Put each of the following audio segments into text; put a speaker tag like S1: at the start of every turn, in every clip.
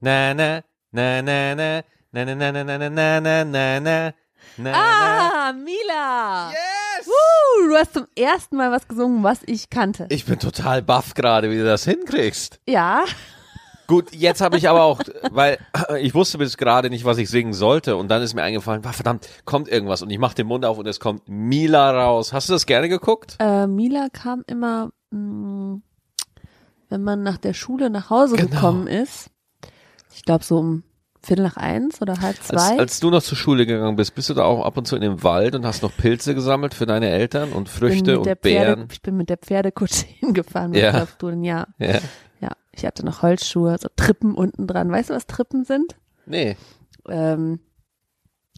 S1: Na, na, na, na, na, na, na, na, na, na, na, na, na, na, na, na.
S2: Ah, Mila!
S1: Yes!
S2: Woo, du hast zum ersten Mal was gesungen, was ich kannte.
S1: Ich bin total baff gerade, wie du das hinkriegst.
S2: ja,
S1: Gut, jetzt habe ich aber auch, weil äh, ich wusste bis gerade nicht, was ich singen sollte und dann ist mir eingefallen, ah, verdammt, kommt irgendwas und ich mache den Mund auf und es kommt Mila raus. Hast du das gerne geguckt?
S2: äh, Mila kam immer, mh, wenn man nach der Schule nach Hause
S1: Genau.
S2: gekommen ist. Ich glaube so um Viertel nach eins oder halb zwei.
S1: Als, als du noch zur Schule gegangen bist, bist du da auch ab und zu in den Wald und hast noch Pilze gesammelt für deine Eltern und
S2: bin
S1: Früchte
S2: mit der
S1: und
S2: Pferde,
S1: Beeren.
S2: Ich bin mit der Pferdekutsche hingefahren mit
S1: Ja.
S2: ja. ja.
S1: Ja.
S2: Ja, ich hatte noch Holzschuhe, so Trippen unten dran. Weißt du, was Trippen sind?
S1: Nee.
S2: Ähm,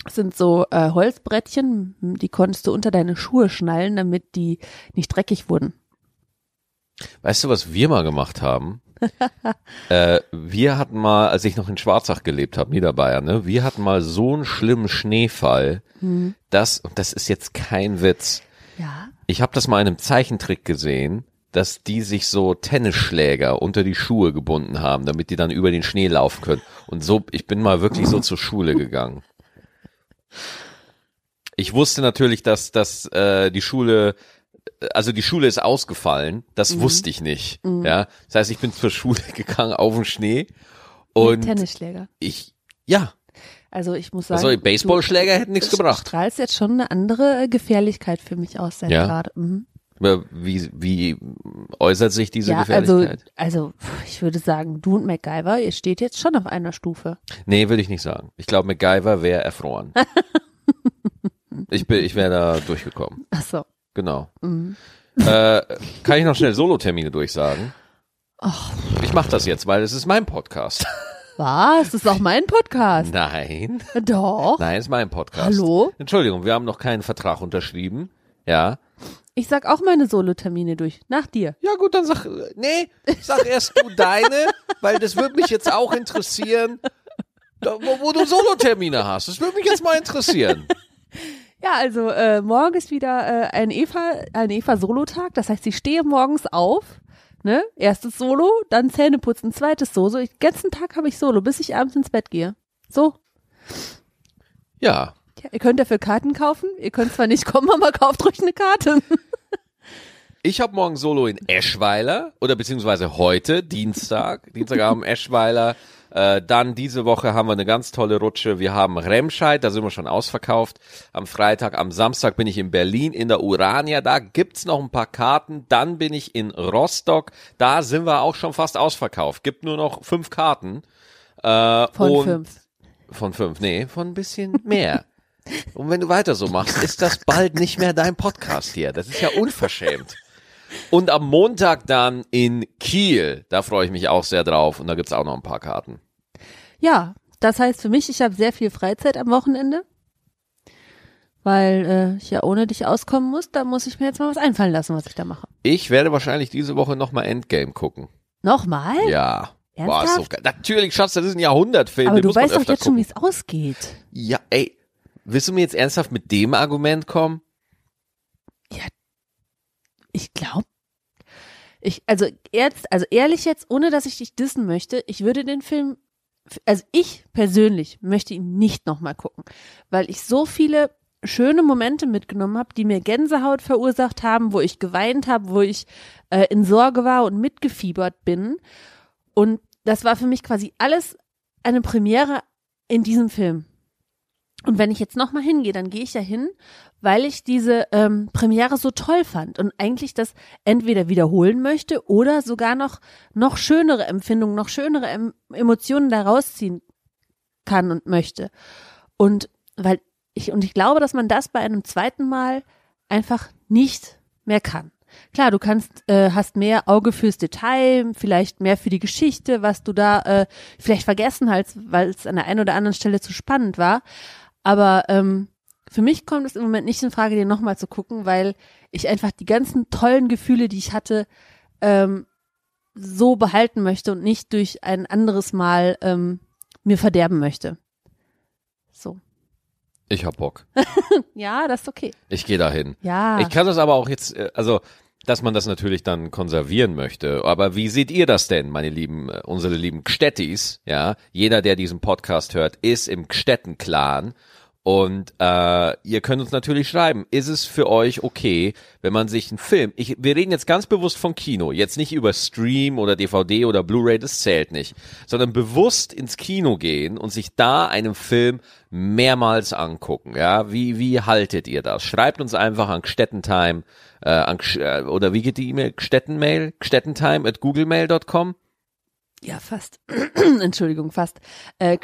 S2: es sind so äh, Holzbrettchen, die konntest du unter deine Schuhe schnallen, damit die nicht dreckig wurden.
S1: Weißt du, was wir mal gemacht haben? äh, wir hatten mal, als ich noch in Schwarzach gelebt habe, Niederbayern, ne, wir hatten mal so einen schlimmen Schneefall, dass, und das ist jetzt kein Witz,
S2: Ja.
S1: ich habe das mal in einem Zeichentrick gesehen, dass die sich so Tennisschläger unter die Schuhe gebunden haben, damit die dann über den Schnee laufen können. Und so, ich bin mal wirklich so zur Schule gegangen. Ich wusste natürlich, dass, dass äh, die Schule, also die Schule ist ausgefallen. Das
S2: Mhm.
S1: wusste ich nicht. Ja, das heißt, ich bin zur Schule gegangen auf den Schnee
S2: mit
S1: und
S2: Tennisschläger.
S1: ich, ja,
S2: Also ich muss sagen.
S1: also Baseballschläger hätten nichts
S2: du
S1: gebracht.
S2: strahlst jetzt schon eine andere äh, Gefährlichkeit für mich aus, seit
S1: Ja.
S2: gerade. Mhm.
S1: Wie, wie äußert sich diese
S2: Ja, also,
S1: Gefährlichkeit?
S2: also pff, ich würde sagen, du und MacGyver, ihr steht jetzt schon auf einer Stufe.
S1: Nee, würde ich nicht sagen. Ich glaube, MacGyver wäre erfroren. ich bin, ich wäre da durchgekommen.
S2: Ach so.
S1: Genau.
S2: Mhm.
S1: Äh, kann ich noch schnell Solo-Termine durchsagen? Ich mache das jetzt, weil es ist mein Podcast.
S2: Was? Das ist auch mein Podcast.
S1: Nein,
S2: Doch.
S1: nein, es ist mein Podcast.
S2: Hallo?
S1: Entschuldigung, wir haben noch keinen Vertrag unterschrieben. Ja.
S2: Ich sag auch meine Solo-Termine durch. Nach dir.
S1: Ja gut, dann sag, nee, sag erst du deine, weil das würde mich jetzt auch interessieren, da- wo, wo du Solo-Termine hast. Das würde mich jetzt mal interessieren.
S2: Ja, also äh, morgen ist wieder äh, ein Eva, ein Eva-Solo-Tag. Das heißt, ich stehe morgens auf. Ne? Erstes Solo, dann Zähne putzen, zweites Solo. Den ganzen Tag habe ich Solo, bis ich abends ins Bett gehe. So.
S1: Ja,
S2: Ja, ihr könnt dafür Karten kaufen. Ihr könnt zwar nicht kommen, aber kauft ruhig eine Karte.
S1: Ich habe morgen Solo in Eschweiler oder beziehungsweise heute, Dienstag, Dienstagabend Eschweiler. Äh, dann diese Woche haben wir eine ganz tolle Rutsche. Wir haben Remscheid, da sind wir schon ausverkauft. Am Freitag, am Samstag bin ich in Berlin in der Urania, da gibt's noch ein paar Karten. Dann bin ich in Rostock, da sind wir auch schon fast ausverkauft. Gibt nur noch fünf Karten. Äh,
S2: Von
S1: und
S2: fünf.
S1: Von fünf, nee, von ein bisschen mehr. und wenn du weiter so machst, ist das bald nicht mehr dein Podcast hier. Das ist ja unverschämt. Und am Montag dann in Kiel. Da freue ich mich auch sehr drauf. Und da gibt's auch noch ein paar Karten.
S2: Ja, das heißt für mich, ich habe sehr viel Freizeit am Wochenende. Weil äh, ich ja ohne dich auskommen muss, da muss ich mir jetzt mal was einfallen lassen, was ich da mache.
S1: Ich werde wahrscheinlich diese Woche nochmal Endgame gucken.
S2: Nochmal?
S1: Ja. Boah, ist
S2: Ernsthaft?
S1: so geil. Natürlich, Schatz, das ist ein Jahrhundertfilm.
S2: aber
S1: den
S2: du
S1: muss man
S2: weißt doch
S1: öfter
S2: jetzt schon, wie
S1: gucken.
S2: es ausgeht.
S1: Ja, ey. Willst du mir jetzt ernsthaft mit dem Argument kommen?
S2: Ich glaube, ich, also jetzt, also ehrlich jetzt, ohne dass ich dich dissen möchte, ich würde den Film, also ich persönlich möchte ihn nicht nochmal gucken, weil ich so viele schöne Momente mitgenommen habe, die mir Gänsehaut verursacht haben, wo ich geweint habe, wo ich äh, in Sorge war und mitgefiebert bin. Und das war für mich quasi alles eine Premiere in diesem Film. Und wenn ich jetzt nochmal hingehe, dann gehe ich ja hin, weil ich diese ähm, Premiere so toll fand und eigentlich das entweder wiederholen möchte oder sogar noch, noch schönere Empfindungen, noch schönere em Emotionen daraus ziehen kann und möchte. Und weil ich, und ich glaube, dass man das bei einem zweiten Mal einfach nicht mehr kann. Klar, du kannst, äh, hast mehr Auge fürs Detail, vielleicht mehr für die Geschichte, was du da äh, vielleicht vergessen hast, weil es an der einen oder anderen Stelle zu spannend war. Aber ähm, für mich kommt es im Moment nicht in Frage, den nochmal zu gucken, weil ich einfach die ganzen tollen Gefühle, die ich hatte, ähm, so behalten möchte und nicht durch ein anderes Mal ähm, mir verderben möchte. So.
S1: Ich hab Bock.
S2: Ja, das ist okay.
S1: Ich gehe dahin.
S2: Ja.
S1: Ich kann das aber auch jetzt, äh, also dass man das natürlich dann konservieren möchte. Aber wie seht ihr das denn, meine lieben, äh, unsere lieben Gstettis? Ja, jeder, der diesen Podcast hört, ist im Gstetten-Clan. Und äh, ihr könnt uns natürlich schreiben, ist es für euch okay, wenn man sich einen Film, ich, wir reden jetzt ganz bewusst von Kino, jetzt nicht über Stream oder DVD oder Blu-ray, das zählt nicht, sondern bewusst ins Kino gehen und sich da einen Film mehrmals angucken. Ja, wie wie haltet ihr das? Schreibt uns einfach an Gstettentime äh, an, Gsch- äh, oder wie geht die E-Mail? Gstettenmail, Gstettentime at googlemail.com.
S2: Ja, fast. Entschuldigung, fast. Äh,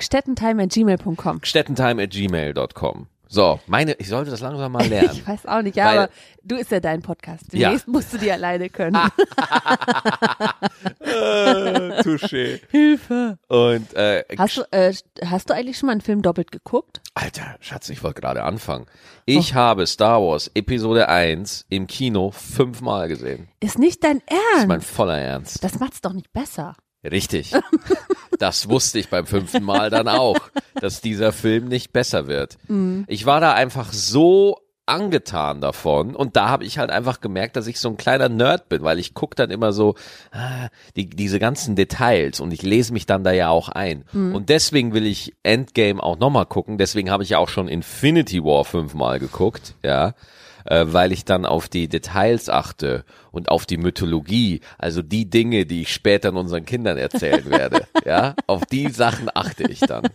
S2: gstettentime.gmail.com.
S1: Gstettentime at gmail.com. So, meine, ich sollte das langsam mal lernen.
S2: Ich weiß auch nicht, ja,
S1: Weil-
S2: aber du ist ja dein Podcast.
S1: Ja. Ah.
S2: Demnächst musst du dir alleine können.
S1: äh, touché. Hilfe. Und äh,
S2: Hast du, äh, hast du eigentlich schon mal einen Film doppelt geguckt?
S1: Alter, Schatz, ich wollte gerade anfangen.
S2: Oh.
S1: Ich habe Star Wars Episode 1 im Kino fünfmal gesehen.
S2: Ist nicht dein
S1: Das ist mein
S2: Ernst.
S1: voller Ernst.
S2: Das macht's doch nicht besser.
S1: Richtig. Das wusste ich beim fünften Mal dann auch, dass dieser Film nicht besser wird. Ich war da einfach so angetan davon und da habe ich halt einfach gemerkt, dass ich so ein kleiner Nerd bin, weil ich gucke dann immer so ah, die, diese ganzen Details und ich lese mich dann da ja auch ein. Und deswegen will ich Endgame auch nochmal gucken, deswegen habe ich ja auch schon Infinity War fünfmal geguckt, ja äh, weil ich dann auf die Details achte und auf die Mythologie, also die Dinge, die ich später an unseren Kindern erzählen werde. ja, auf die Sachen achte ich dann.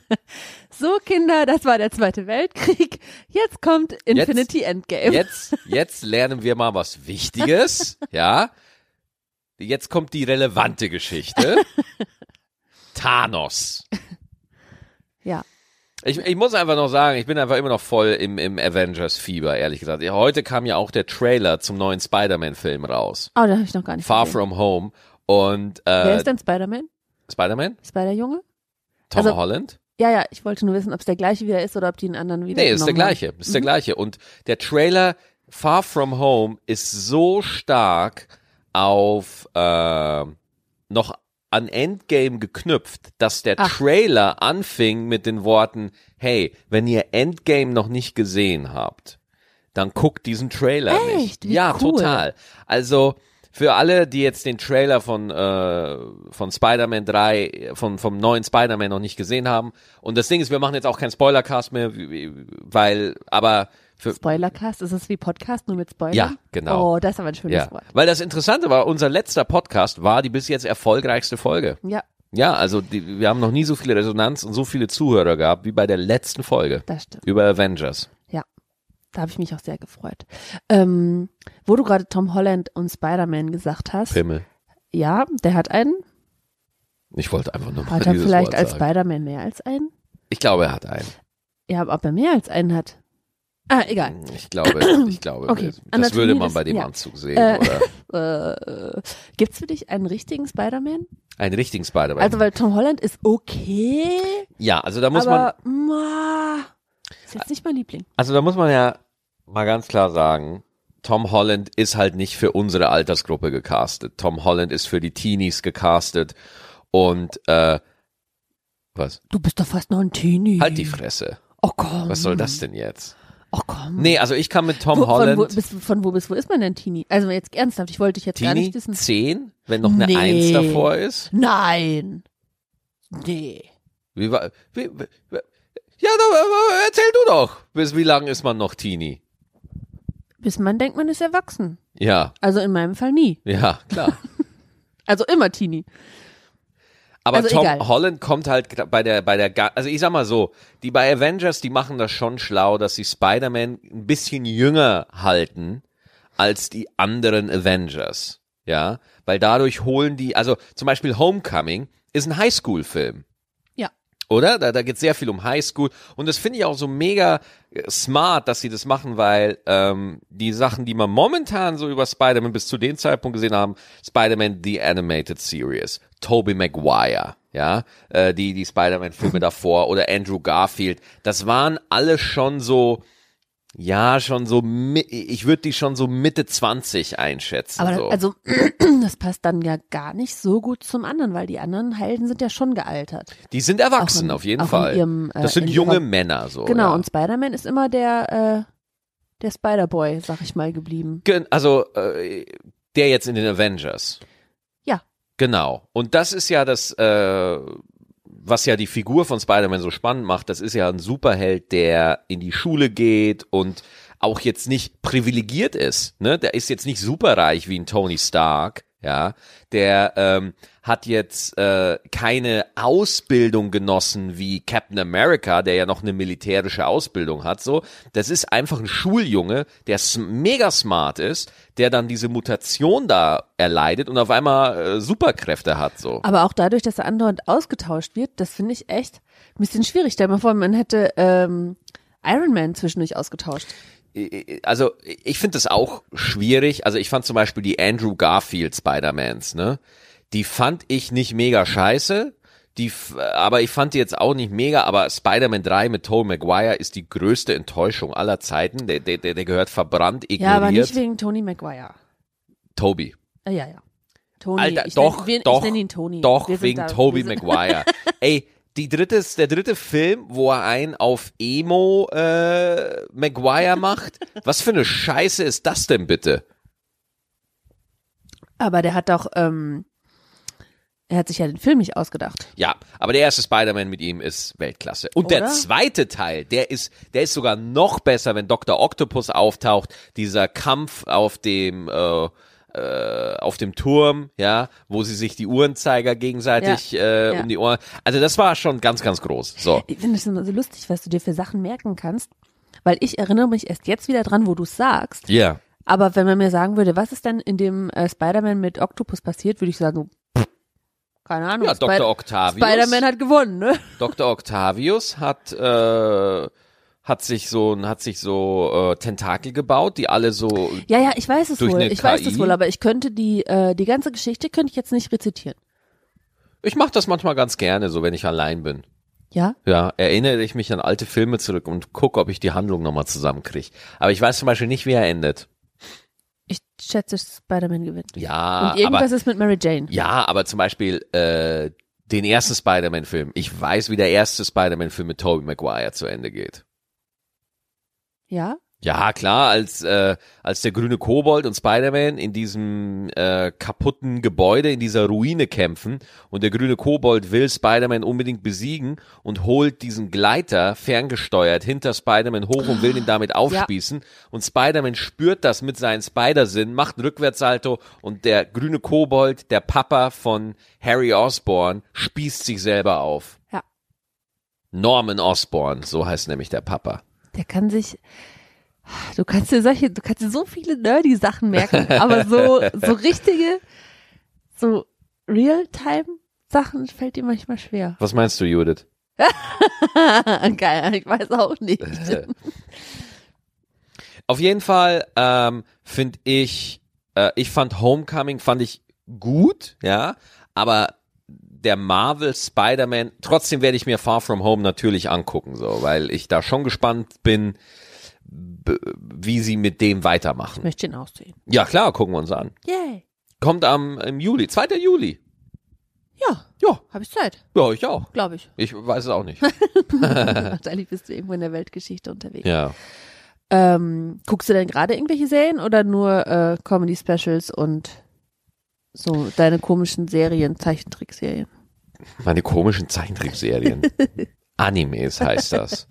S2: So, Kinder, das war der Zweite Weltkrieg. Jetzt kommt Infinity Endgame.
S1: Jetzt, jetzt lernen wir mal was Wichtiges. Ja, jetzt kommt die relevante Geschichte. Thanos.
S2: Ja.
S1: Ich, ich muss einfach noch sagen, ich bin einfach immer noch voll im, im Avengers-Fieber, ehrlich gesagt. Ja, Heute kam ja auch der Trailer zum neuen Spider-Man-Film raus.
S2: Oh, da habe ich noch gar nicht
S1: Far
S2: gesehen.
S1: From Home. Und
S2: Wer
S1: äh,
S2: ist denn Spider-Man?
S1: Spider-Man?
S2: Spider-Junge?
S1: Tom
S2: Also-
S1: Holland?
S2: Ja, ja, ich wollte nur wissen, ob es der gleiche wieder ist oder ob die einen anderen wieder
S1: Nee, ist der
S2: genommen haben.
S1: gleiche. Ist der gleiche. Und der Trailer Far From Home ist so stark auf äh, noch an Endgame geknüpft, dass der
S2: Ach.
S1: Trailer anfing mit den Worten, hey, wenn ihr Endgame noch nicht gesehen habt, dann guckt diesen Trailer
S2: Echt?
S1: nicht.
S2: Wie
S1: ja,
S2: cool.
S1: total. Also für alle, die jetzt den Trailer von, äh, von Spider-Man 3, äh, von, vom neuen Spider-Man noch nicht gesehen haben. Und das Ding ist, wir machen jetzt auch keinen Spoilercast mehr, wie- wie- weil, aber für,
S2: Spoilercast, ist es wie Podcast nur mit Spoilern?
S1: Ja, genau.
S2: Oh, das ist aber ein schönes
S1: ja.
S2: Wort.
S1: Weil das Interessante war, unser letzter Podcast war die bis jetzt erfolgreichste Folge.
S2: Ja,
S1: Ja, also die, wir haben noch nie so viel Resonanz und so viele Zuhörer gehabt wie bei der letzten Folge
S2: das stimmt.
S1: über Avengers.
S2: Da habe ich mich auch sehr gefreut. Ähm, wo du gerade Tom Holland und Spider-Man gesagt hast.
S1: Pimmel.
S2: Ja, der hat einen.
S1: Ich wollte einfach nur mal
S2: Hat er
S1: dieses
S2: vielleicht
S1: Wort
S2: als
S1: sagen.
S2: Spider-Man mehr als einen?
S1: Ich glaube, er hat einen.
S2: Ja, ob er mehr als einen hat. Ah, egal.
S1: Ich glaube, ich glaube,
S2: Okay,
S1: das
S2: Anatomie
S1: würde man
S2: des-
S1: bei dem
S2: ja.
S1: Anzug sehen.
S2: Äh,
S1: oder
S2: Äh, gibt's für dich einen richtigen Spider-Man?
S1: einen richtigen Spider-Man.
S2: Also, weil Tom Holland ist okay,
S1: ja, also da muss man,
S2: aber ma, ist jetzt nicht mein Liebling.
S1: also da muss man ja mal ganz klar sagen, Tom Holland ist halt nicht für unsere Altersgruppe gecastet. Tom Holland ist für die Teenies gecastet und äh, was?
S2: Du bist doch fast noch ein Teenie.
S1: Halt die Fresse.
S2: Oh komm.
S1: Was soll das denn jetzt?
S2: Oh komm.
S1: Nee, also ich kann mit Tom
S2: wo,
S1: Holland.
S2: Von wo, bis, von wo bis wo ist man denn Teenie? Also jetzt ernsthaft, ich wollte dich jetzt gar
S1: Teenie
S2: nicht wissen.
S1: 10, wenn noch eine
S2: Nee.
S1: Eins davor ist?
S2: Nein. Nee.
S1: Wie war, wie, wie, wie- ja, da, erzähl du doch. Bis wie lange ist man noch Teenie?
S2: Bis man denkt, man ist erwachsen.
S1: Ja,
S2: Also in meinem Fall nie.
S1: ja, klar.
S2: Also immer Teenie.
S1: Aber
S2: Also
S1: Tom
S2: egal.
S1: Holland kommt halt gra- bei der, bei der, ga- also ich sag mal so, die bei Avengers, die machen das schon schlau, dass sie Spider-Man ein bisschen jünger halten als die anderen Avengers. Ja, weil dadurch holen die, also zum Beispiel Homecoming ist ein Highschool-Film.
S2: Ja.
S1: Oder? Da, da geht sehr viel um Highschool. Und das finde ich auch so mega äh, smart, dass sie das machen, weil ähm, die Sachen, die man momentan so über Spider-Man bis zu dem Zeitpunkt gesehen haben, Spider-Man The Animated Series, Tobey Maguire, ja, äh, die, die Spider-Man-Filme davor oder Andrew Garfield, das waren alle schon so, ja, schon so, mi- ich würde die schon so Mitte 20 einschätzen.
S2: Aber
S1: so.
S2: also das passt dann ja gar nicht so gut zum anderen, weil die anderen Helden sind ja schon gealtert.
S1: die sind erwachsen,
S2: auch in-
S1: auf jeden
S2: auch in
S1: Fall.
S2: ihrem, äh,
S1: das sind
S2: in
S1: junge
S2: ihrer-
S1: Männer, so.
S2: genau,
S1: ja.
S2: und Spider-Man ist immer der, äh, der Spider-Boy, sag ich mal, geblieben.
S1: Gen- also äh, der jetzt in den Avengers.
S2: Ja.
S1: Genau. Und das ist ja das, äh, was ja die Figur von Spider-Man so spannend macht. Das ist ja ein Superheld, der in die Schule geht und auch jetzt nicht privilegiert ist. Ne? Der ist jetzt nicht superreich wie ein Tony Stark. Ja, der ähm, hat jetzt äh, keine Ausbildung genossen wie Captain America, der ja noch eine militärische Ausbildung hat. So, das ist einfach ein Schuljunge, der s- mega smart ist, der dann diese Mutation da erleidet und auf einmal äh, Superkräfte hat. So,
S2: Aber auch dadurch, dass er andauernd ausgetauscht wird, das finde ich echt ein bisschen schwierig. Stell dir mal vor, man hätte ähm, Iron Man zwischendurch ausgetauscht.
S1: also ich finde das auch schwierig. Also ich fand zum Beispiel die Andrew Garfield Spider-Mans, ne? Die fand ich nicht mega scheiße. Die, f- aber ich fand die jetzt auch nicht mega, aber Spider-Man 3 mit Tobey Maguire ist die größte Enttäuschung aller Zeiten. Der, der, der der gehört verbrannt,
S2: Ja, aber nicht
S1: ignoriert.
S2: wegen Tony Maguire.
S1: Toby.
S2: Äh, ja, ja. Tony.
S1: Alter,
S2: ich
S1: doch,
S2: nenn, wir,
S1: doch,
S2: ich nenn ihn Tony.
S1: Doch,
S2: Wir sind
S1: wegen
S2: da-
S1: Toby
S2: wir sind-
S1: Maguire. Ey, die dritte, der dritte Film, wo er einen auf Emo äh, Maguire macht. Was für eine Scheiße ist das denn bitte?
S2: Aber der hat doch, ähm, er hat sich ja den Film nicht ausgedacht.
S1: Ja, aber der erste Spider-Man mit ihm ist Weltklasse. Und der
S2: Oder?
S1: zweite Teil, der ist, der ist sogar noch besser, wenn Dr. Octopus auftaucht. Dieser Kampf auf dem, äh, äh, auf dem Turm, ja, wo sie sich die Uhrenzeiger gegenseitig äh,
S2: ja.
S1: um die Ohren. Also das war schon ganz, ganz groß. So.
S2: Ich finde es immer so lustig, was du dir für Sachen merken kannst, weil ich erinnere mich erst jetzt wieder dran, wo du es sagst.
S1: Ja. Yeah.
S2: Aber wenn man mir sagen würde, was ist denn in dem äh, Spider-Man mit Octopus passiert, würde ich sagen, pff, keine Ahnung.
S1: Ja,
S2: Spid-
S1: Dr. Octavius.
S2: Spider-Man hat gewonnen, ne?
S1: Dr. Octavius hat, äh, hat sich so, ein- hat sich so äh, Tentakel gebaut, die alle so
S2: Ja, ja, ich weiß es
S1: Durch
S2: wohl.
S1: eine
S2: Ich weiß es
S1: KI?
S2: wohl, aber ich könnte die, äh, die ganze Geschichte könnte ich jetzt nicht rezitieren.
S1: Ich mache das manchmal ganz gerne, so wenn ich allein bin.
S2: Ja?
S1: Ja, erinnere ich mich an alte Filme zurück und gucke, ob ich die Handlung nochmal zusammenkriege. Aber ich weiß zum Beispiel nicht, wie er endet.
S2: Ich schätze, Spider-Man gewinnt.
S1: Ja,
S2: Und irgendwas
S1: aber,
S2: ist mit Mary Jane.
S1: ja, aber zum Beispiel äh, den ersten Spider-Man-Film. Ich weiß, wie der erste Spider-Man-Film mit Tobey Maguire zu Ende geht.
S2: Ja?
S1: Ja, klar, als, äh, als der grüne Kobold und Spider-Man in diesem äh, kaputten Gebäude, in dieser Ruine kämpfen und der grüne Kobold will Spider-Man unbedingt besiegen und holt diesen Gleiter ferngesteuert hinter Spider-Man hoch und will ihn damit aufspießen und Spider-Man spürt das mit seinen Spider-Sinn, macht einen Rückwärtssalto und der grüne Kobold, der Papa von Harry Osborn, spießt sich selber auf.
S2: Ja.
S1: Norman Osborn, so heißt nämlich der Papa.
S2: Der kann sich, du kannst dir solche, du kannst dir so viele nerdy Sachen merken, aber so, so richtige, so Real-Time Sachen fällt dir manchmal schwer.
S1: Was meinst du, Judith?
S2: Geil, ich weiß auch nicht.
S1: Auf jeden Fall ähm, finde ich, äh, ich fand Homecoming fand ich gut, ja, aber der Marvel Spider-Man, trotzdem werde ich mir Far From Home natürlich angucken, so, weil ich da schon gespannt bin, b- wie sie mit dem
S2: Ich
S1: weitermachen.
S2: möchte ihn aussehen.
S1: Ja klar, gucken wir uns an.
S2: Yay.
S1: Kommt am im Juli, 2. Juli.
S2: Ja,
S1: Ja,
S2: habe ich Zeit,
S1: ja, ich auch.
S2: glaube ich.
S1: Ich weiß es auch nicht.
S2: Wahrscheinlich bist du irgendwo in der Weltgeschichte unterwegs.
S1: ja.
S2: Ähm, guckst du denn gerade irgendwelche Serien oder nur äh, Comedy-Specials und so deine komischen Serien, Zeichentrickserien?
S1: Meine komischen Zeichentrickserien. Animes heißt das.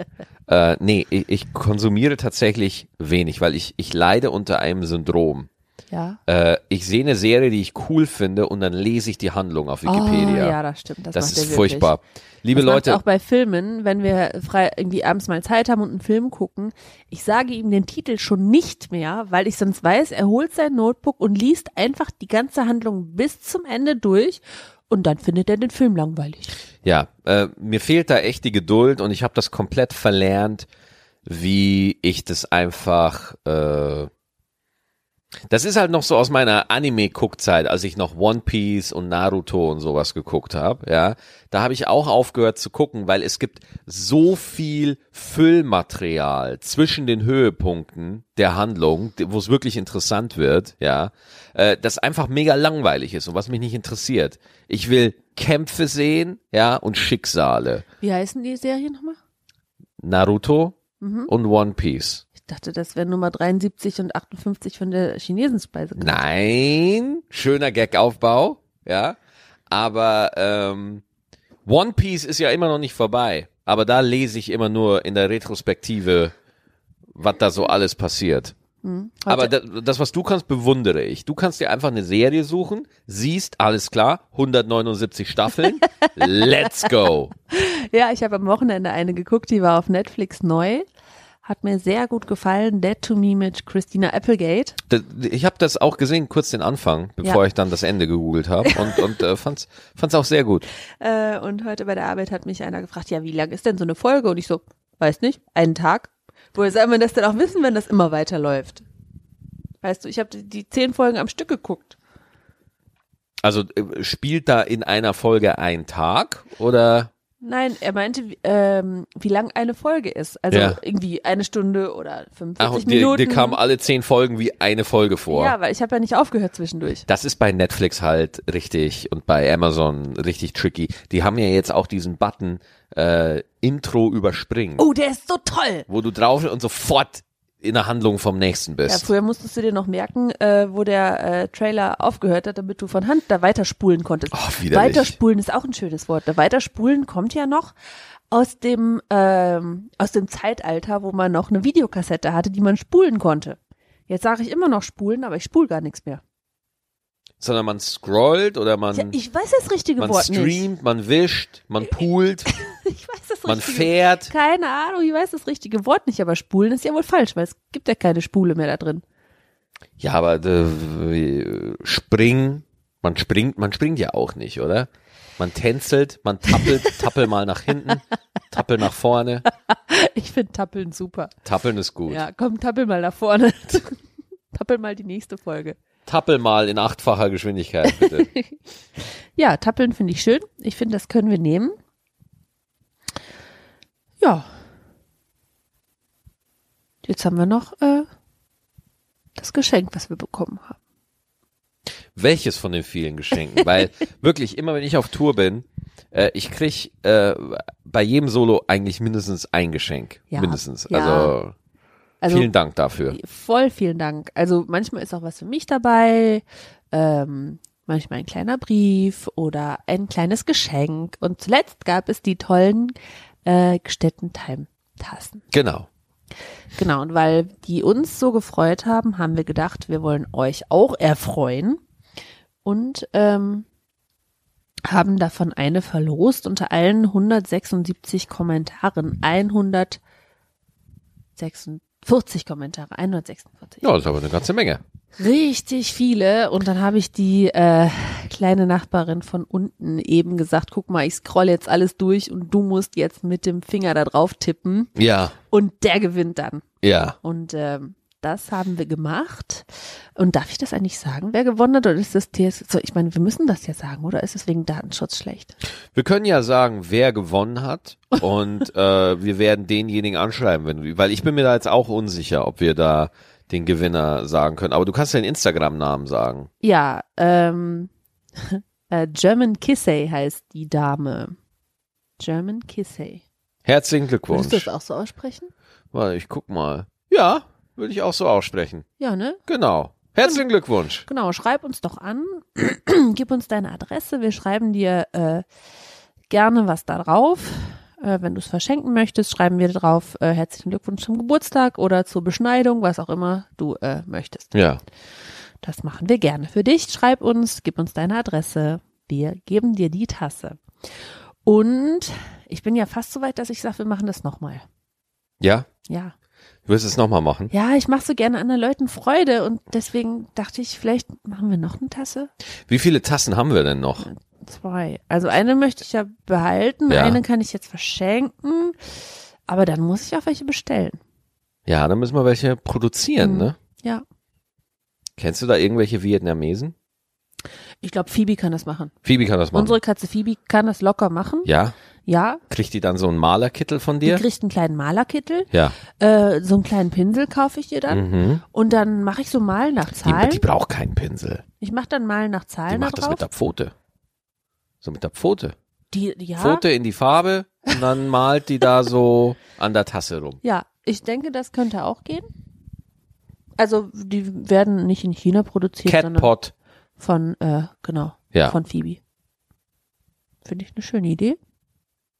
S1: äh, nee, ich, ich konsumiere tatsächlich wenig, weil ich, ich leide unter einem Syndrom.
S2: Ja.
S1: Äh, ich sehe eine Serie, die ich cool finde und dann lese ich die Handlung auf Wikipedia.
S2: Oh, ja, das stimmt. Das,
S1: das
S2: macht
S1: ist
S2: er wirklich.
S1: furchtbar. Liebe
S2: das
S1: Leute,
S2: macht's auch bei Filmen, wenn wir frei irgendwie abends mal Zeit haben und einen Film gucken. Ich sage ihm den Titel schon nicht mehr, weil ich sonst weiß, er holt sein Notebook und liest einfach die ganze Handlung bis zum Ende durch und dann findet er den Film langweilig.
S1: Ja, äh, mir fehlt da echt die Geduld und ich habe das komplett verlernt, wie ich das einfach. Äh, das ist halt noch so aus meiner Anime-Guckzeit, als ich noch One Piece und Naruto und sowas geguckt habe. Ja, da habe ich auch aufgehört zu gucken, weil es gibt so viel Füllmaterial zwischen den Höhepunkten der Handlung, wo es wirklich interessant wird. Ja, äh, das einfach mega langweilig ist und was mich nicht interessiert. Ich will Kämpfe sehen, ja, und Schicksale.
S2: Wie heißen die Serien nochmal?
S1: Naruto
S2: Mhm.
S1: und One Piece.
S2: Ich dachte, das wären Nummer 73 und 58 von der Chinesenspeise.
S1: Nein, schöner Gag-Aufbau, ja. Aber ähm, One Piece ist ja immer noch nicht vorbei. Aber da lese ich immer nur in der Retrospektive, was da so alles passiert.
S2: Heute-
S1: Aber das, das, was du kannst, bewundere ich. Du kannst dir einfach eine Serie suchen, siehst, alles klar, 179 Staffeln, let's go.
S2: Ja, ich habe am Wochenende eine geguckt, die war auf Netflix neu. Hat mir sehr gut gefallen. Dead to Me mit Christina Applegate.
S1: Das, ich habe das auch gesehen, kurz den Anfang, bevor
S2: Ja.
S1: ich dann das Ende gegoogelt habe und, und äh, fand's, fand's auch sehr gut.
S2: Äh, und heute bei der Arbeit hat mich einer gefragt, ja, wie lang ist denn so eine Folge? Und ich so, weiß nicht, einen Tag. Woher soll man das denn auch wissen, wenn das immer weiterläuft? Weißt du, ich habe die, die zehn Folgen am Stück geguckt.
S1: Also äh, spielt da in einer Folge ein Tag oder
S2: Nein, er meinte, wie- ähm, wie lang eine Folge ist. Also
S1: Ja.
S2: irgendwie eine Stunde oder 45
S1: ach, und Ah, dir,
S2: Minuten.
S1: dir kamen alle zehn Folgen wie eine Folge vor.
S2: ja, weil ich habe ja nicht aufgehört zwischendurch.
S1: Das ist bei Netflix halt richtig und bei Amazon richtig tricky. Die haben ja jetzt auch diesen Button äh, Intro überspringen,
S2: Oh, der ist so toll!
S1: wo du drauf und sofort in der Handlung vom nächsten
S2: Ja,
S1: bist.
S2: früher musstest du dir noch merken, äh, wo der äh, Trailer aufgehört hat, damit du von Hand da weiterspulen konntest.
S1: Ach, widerlich.
S2: weiterspulen ist auch ein schönes Wort. Da weiterspulen kommt ja noch aus dem ähm, aus dem Zeitalter, wo man noch eine Videokassette hatte, die man spulen konnte. Jetzt sage ich immer noch spulen, aber ich spul gar nichts mehr.
S1: Sondern man scrollt oder
S2: Ja,
S1: man,
S2: ich weiß das richtige
S1: man
S2: Wort nicht.
S1: streamt, man wischt, man poolt,
S2: Ich weiß das
S1: man
S2: richtige
S1: fährt.
S2: Keine Ahnung, ich weiß das richtige Wort nicht, aber spulen ist ja wohl falsch, weil es gibt ja keine Spule mehr da drin.
S1: Ja, aber äh, springen, man springt, man springt ja auch nicht, oder? Man tänzelt, man tappelt, tappel mal nach hinten, tappel nach vorne.
S2: Ich finde Tappeln super.
S1: Tappeln ist gut.
S2: Ja, komm, tappel mal nach vorne. tappel mal die nächste Folge.
S1: Tappel mal in achtfacher Geschwindigkeit, bitte.
S2: Ja, tappeln finde ich schön. Ich finde, das können wir nehmen. Ja. Jetzt haben wir noch äh, das Geschenk, was wir bekommen haben.
S1: Welches von den vielen Geschenken? Weil wirklich, immer wenn ich auf Tour bin, äh, ich krieg äh, bei jedem Solo eigentlich mindestens ein Geschenk.
S2: Ja.
S1: Mindestens.
S2: Ja.
S1: Also,
S2: Also
S1: vielen Dank dafür.
S2: voll vielen Dank. Also manchmal ist auch was für mich dabei, ähm, manchmal ein kleiner Brief oder ein kleines Geschenk. Und zuletzt gab es die tollen äh, Gstetten-Time-Tassen.
S1: Genau.
S2: Genau, und weil die uns so gefreut haben, haben wir gedacht, wir wollen euch auch erfreuen und ähm, haben davon eine verlost unter allen 176 Kommentaren. 146 Kommentare, 146.
S1: Ja, das ist aber eine ganze Menge.
S2: Richtig viele. Und dann habe ich die äh, kleine Nachbarin von unten eben gesagt, guck mal, ich scroll jetzt alles durch und du musst jetzt mit dem Finger da drauf tippen
S1: Ja,
S2: und der gewinnt dann.
S1: ja.
S2: Und ähm, das haben wir gemacht. Und darf ich das eigentlich sagen, wer gewonnen hat? Oder ist das TS? So, ich meine, wir müssen das ja sagen, oder ist es wegen Datenschutz schlecht?
S1: Wir können ja sagen, wer gewonnen hat und äh, wir werden denjenigen anschreiben, wenn, weil ich bin mir da jetzt auch unsicher, ob wir da den Gewinner sagen können. Aber du kannst den Instagram-Namen sagen.
S2: Ja, ähm, äh, German Kissey heißt die Dame. German Kissey.
S1: Herzlichen Glückwunsch.
S2: Würdest du das auch so aussprechen?
S1: Warte, ich guck mal. Ja, würde ich auch so aussprechen.
S2: Ja, ne?
S1: Genau. Herzlichen Glückwunsch.
S2: Genau, schreib uns doch an, gib uns deine Adresse, wir schreiben dir äh, gerne was da drauf. Äh, wenn du es verschenken möchtest, schreiben wir drauf äh, herzlichen Glückwunsch zum Geburtstag oder zur Beschneidung, was auch immer du äh, möchtest.
S1: Ja.
S2: Das machen wir gerne für dich. Schreib uns, gib uns deine Adresse, wir geben dir die Tasse. Und ich bin ja fast so weit, dass ich sage, wir machen das nochmal.
S1: Ja?
S2: Ja.
S1: Du wirst es nochmal machen?
S2: Ja, ich mache so gerne anderen Leuten Freude und deswegen dachte ich, vielleicht machen wir noch eine Tasse.
S1: Wie viele Tassen haben wir denn noch?
S2: Zwei. Also eine möchte ich ja behalten,
S1: Ja.
S2: eine kann ich jetzt verschenken, aber dann muss ich auch welche bestellen.
S1: Ja, dann müssen wir welche produzieren,
S2: Mhm.
S1: ne?
S2: Ja.
S1: Kennst du da irgendwelche Vietnamesen?
S2: Ich glaube, Phoebe kann das machen.
S1: Phoebe kann das machen.
S2: Unsere Katze Phoebe kann das locker machen.
S1: ja?
S2: Ja.
S1: Kriegt die dann so einen Malerkittel von
S2: Die
S1: dir?
S2: kriegt einen kleinen Malerkittel,
S1: ja.
S2: äh, so einen kleinen Pinsel kaufe ich ihr dann
S1: Mhm.
S2: und dann mache ich so Malen nach
S1: Die,
S2: Zahlen.
S1: die braucht keinen Pinsel.
S2: Ich mache dann Malen nach
S1: Die
S2: Zahlen da
S1: macht das
S2: drauf.
S1: mit der Pfote. So mit der Pfote.
S2: Die, ja,
S1: Pfote in die Farbe und dann malt die da so an der Tasse rum.
S2: ja. Ich denke, das könnte auch gehen. Also, die werden nicht in China produziert, sondern
S1: Catpot.
S2: von, äh, genau,
S1: Ja.
S2: von Phoebe. Finde ich eine schöne Idee.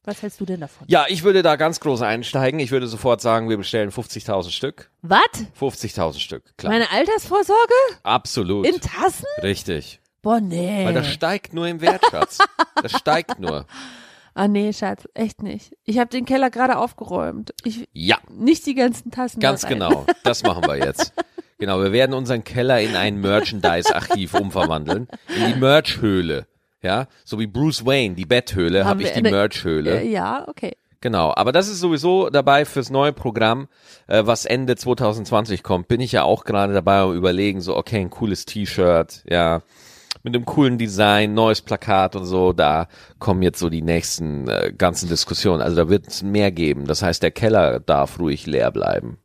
S2: Was hältst du denn davon?
S1: Ja, ich würde da ganz groß einsteigen. Ich würde sofort sagen, wir bestellen 50.000 Stück.
S2: Was?
S1: 50.000 Stück, klar.
S2: Meine Altersvorsorge?
S1: Absolut.
S2: In Tassen?
S1: Richtig.
S2: Boah, nee.
S1: Weil das steigt nur im Wert, Schatz. Das steigt nur.
S2: Ah, nee, Schatz, echt nicht. Ich habe den Keller gerade aufgeräumt. Ich,
S1: Ja,
S2: nicht die ganzen Tassen.
S1: ganz
S2: da rein.
S1: genau. Das machen wir jetzt. Genau, wir werden unseren Keller in ein Merchandise-Archiv umverwandeln. In die Merch-Höhle. Ja, so wie Bruce Wayne, die Betthöhle,
S2: Haben
S1: habe ich
S2: wir
S1: die
S2: eine-
S1: Merch-Höhle.
S2: Äh, Ja, okay.
S1: Genau, aber das ist sowieso dabei fürs neue Programm, äh, was Ende 2020 kommt. Bin ich ja auch gerade dabei am überlegen, so okay, ein cooles T-Shirt, ja, mit einem coolen Design, neues Plakat und so. Da kommen jetzt so die nächsten äh, ganzen Diskussionen. Also da wird es mehr geben. Das heißt, der Keller darf ruhig leer bleiben.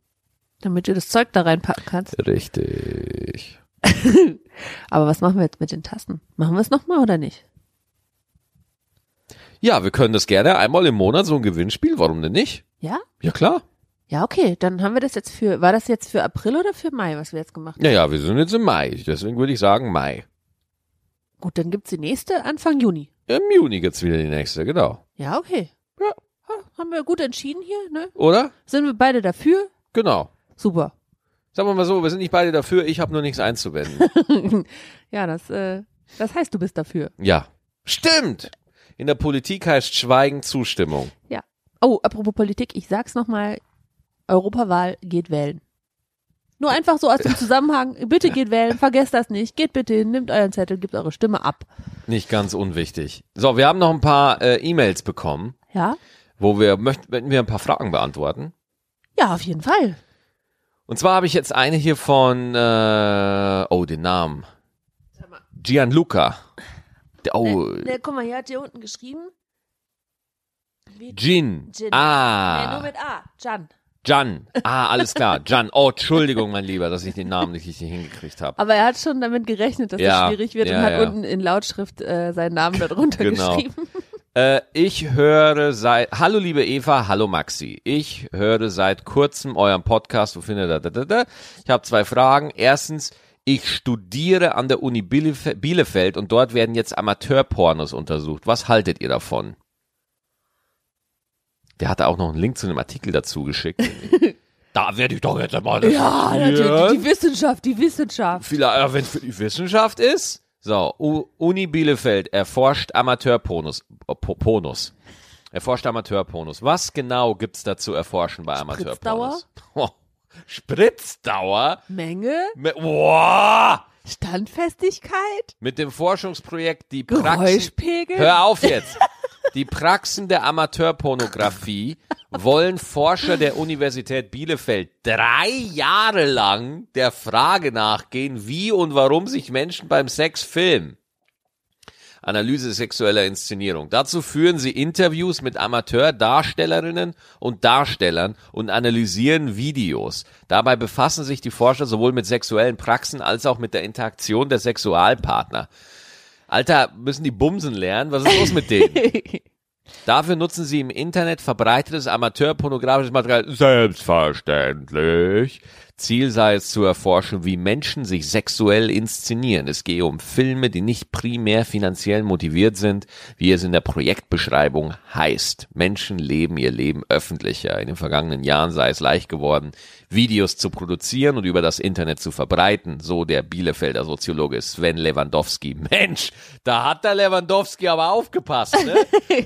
S2: Damit du das Zeug da reinpacken kannst.
S1: Richtig.
S2: Aber was machen wir jetzt mit den Tassen? Machen wir es nochmal oder nicht?
S1: Ja, wir können das gerne einmal im Monat so ein Gewinnspiel. Warum denn nicht?
S2: Ja?
S1: Ja klar.
S2: Ja, okay. Dann haben wir das jetzt für, war das jetzt für April oder für Mai, was wir jetzt gemacht haben?
S1: Ja, ja, wir sind jetzt im Mai. Deswegen würde ich sagen Mai.
S2: Gut, dann gibt's die nächste Anfang Juni.
S1: Im Juni gibt's wieder die nächste, genau.
S2: Ja, okay.
S1: Ja.
S2: Ha, Haben wir gut entschieden hier, ne?
S1: Oder?
S2: Sind wir beide dafür?
S1: Genau.
S2: Super.
S1: Sagen wir mal so, wir sind nicht beide dafür, ich habe nur nichts einzuwenden.
S2: ja, das, äh, das heißt, du bist dafür.
S1: ja. Stimmt! In der Politik heißt Schweigen Zustimmung.
S2: Oh, apropos Politik, ich sag's nochmal, Europawahl geht wählen. Nur einfach so aus dem Zusammenhang, bitte geht wählen, vergesst das nicht, geht bitte hin, nehmt euren Zettel, gebt eure Stimme ab.
S1: Nicht ganz unwichtig. So, wir haben noch ein paar äh, E-Mails bekommen,
S2: Ja?
S1: wo wir möchten, möchten wir ein paar Fragen beantworten.
S2: Ja, auf jeden Fall.
S1: Und zwar habe ich jetzt eine hier von, äh, oh, den Namen. Gianluca. Der- Oh,
S2: Ne, ne, guck mal, hier hat hier unten geschrieben. Wie,
S1: Gin.
S2: Gin. ne, nur
S1: Ah,
S2: mit A, Jan.
S1: Gian. Ah, alles klar. Gian. Oh, Entschuldigung, mein Lieber, dass ich den Namen nicht richtig hingekriegt habe.
S2: Aber er hat schon damit gerechnet, dass
S1: Ja,
S2: das schwierig wird
S1: ja,
S2: und hat
S1: ja.
S2: unten in Lautschrift äh, seinen Namen darunter
S1: Genau.
S2: geschrieben.
S1: Äh, ich höre seit. Hallo liebe Eva, hallo Maxi. Ich höre seit kurzem euren Podcast. Wo findet ihr da, da, da? Ich habe zwei Fragen. Erstens, ich studiere an der Uni Bielef Bielefeld und dort werden jetzt Amateurpornos untersucht. Was haltet ihr davon? Der hatte auch noch einen Link zu einem Artikel dazu geschickt. da werde ich doch jetzt einmal.
S2: Ja,
S1: recherchieren.
S2: natürlich, die Wissenschaft, die Wissenschaft.
S1: Vielleicht, wenn es für die Wissenschaft ist. So, U Uni Bielefeld erforscht Amateurpornos. äh, Po- Pornos. Erforscht Amateurpornos. Was genau gibt's da zu erforschen bei Amateurpornos? Spritzdauer?
S2: Menge,
S1: Mit, wow!
S2: Standfestigkeit,
S1: Mit dem Forschungsprojekt die Praxis.
S2: Geräuschpegel.
S1: Hör auf jetzt! Die Praxen der Amateurpornografie wollen Forscher der Universität Bielefeld drei Jahre lang der Frage nachgehen, wie und warum sich Menschen beim Sex filmen. Analyse sexueller Inszenierung. Dazu führen sie Interviews mit Amateurdarstellerinnen und Darstellern und analysieren Videos. Dabei befassen sich die Forscher sowohl mit sexuellen Praxen als auch mit der Interaktion der Sexualpartner. Alter, müssen die Bumsen lernen? Was ist los mit denen? Dafür nutzen sie im Internet verbreitetes amateurpornografisches Material selbstverständlich. Ziel sei es zu erforschen, wie Menschen sich sexuell inszenieren. Es gehe um Filme, die nicht primär finanziell motiviert sind, wie es in der Projektbeschreibung heißt. Menschen leben ihr Leben öffentlicher. In den vergangenen Jahren sei es leicht geworden, Videos zu produzieren und über das Internet zu verbreiten, so der Bielefelder Soziologe Sven Lewandowski. Mensch, da hat der Lewandowski aber aufgepasst, ne?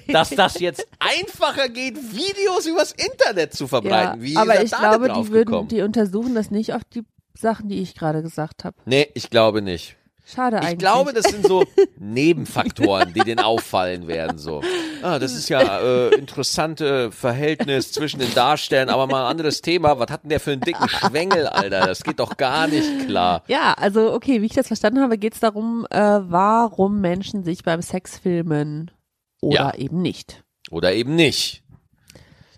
S1: dass das jetzt einfacher geht, Videos übers Internet zu
S2: ja,
S1: verbreiten. Wie ist
S2: aber
S1: er
S2: ich
S1: da
S2: glaube,
S1: denn
S2: die
S1: drauf
S2: würden,
S1: gekommen?
S2: die untersuchen das nicht auf die Sachen, die ich gerade gesagt habe.
S1: nee, ich glaube nicht.
S2: Schade
S1: Ich
S2: eigentlich.
S1: glaube, das sind so Nebenfaktoren, die denen auffallen werden. So, ah, das ist ja äh, interessante Verhältnis zwischen den Darstellern, aber mal ein anderes Thema. Was hat denn der für einen dicken Schwengel, Alter? Das geht doch gar nicht klar.
S2: ja, also okay, wie ich das verstanden habe, geht es darum, äh, warum Menschen sich beim Sex filmen oder
S1: Ja.
S2: eben nicht.
S1: Oder eben nicht.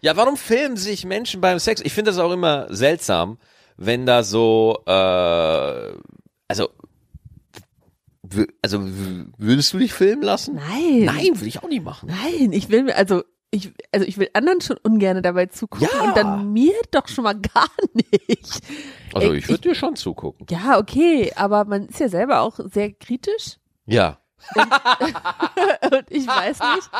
S1: Ja, warum filmen sich Menschen beim Sex? Ich finde das auch immer seltsam, wenn da so, äh, also, w- also w- würdest du dich filmen lassen?
S2: Nein.
S1: Nein, würde ich auch nicht machen.
S2: Nein, ich will mir, also ich, also ich will anderen schon ungern dabei zugucken
S1: Ja.
S2: und dann mir doch schon mal gar nicht.
S1: Also
S2: Ey,
S1: ich würde dir schon zugucken.
S2: Ja, okay, aber man ist ja selber auch sehr kritisch.
S1: Ja.
S2: Und ich weiß nicht,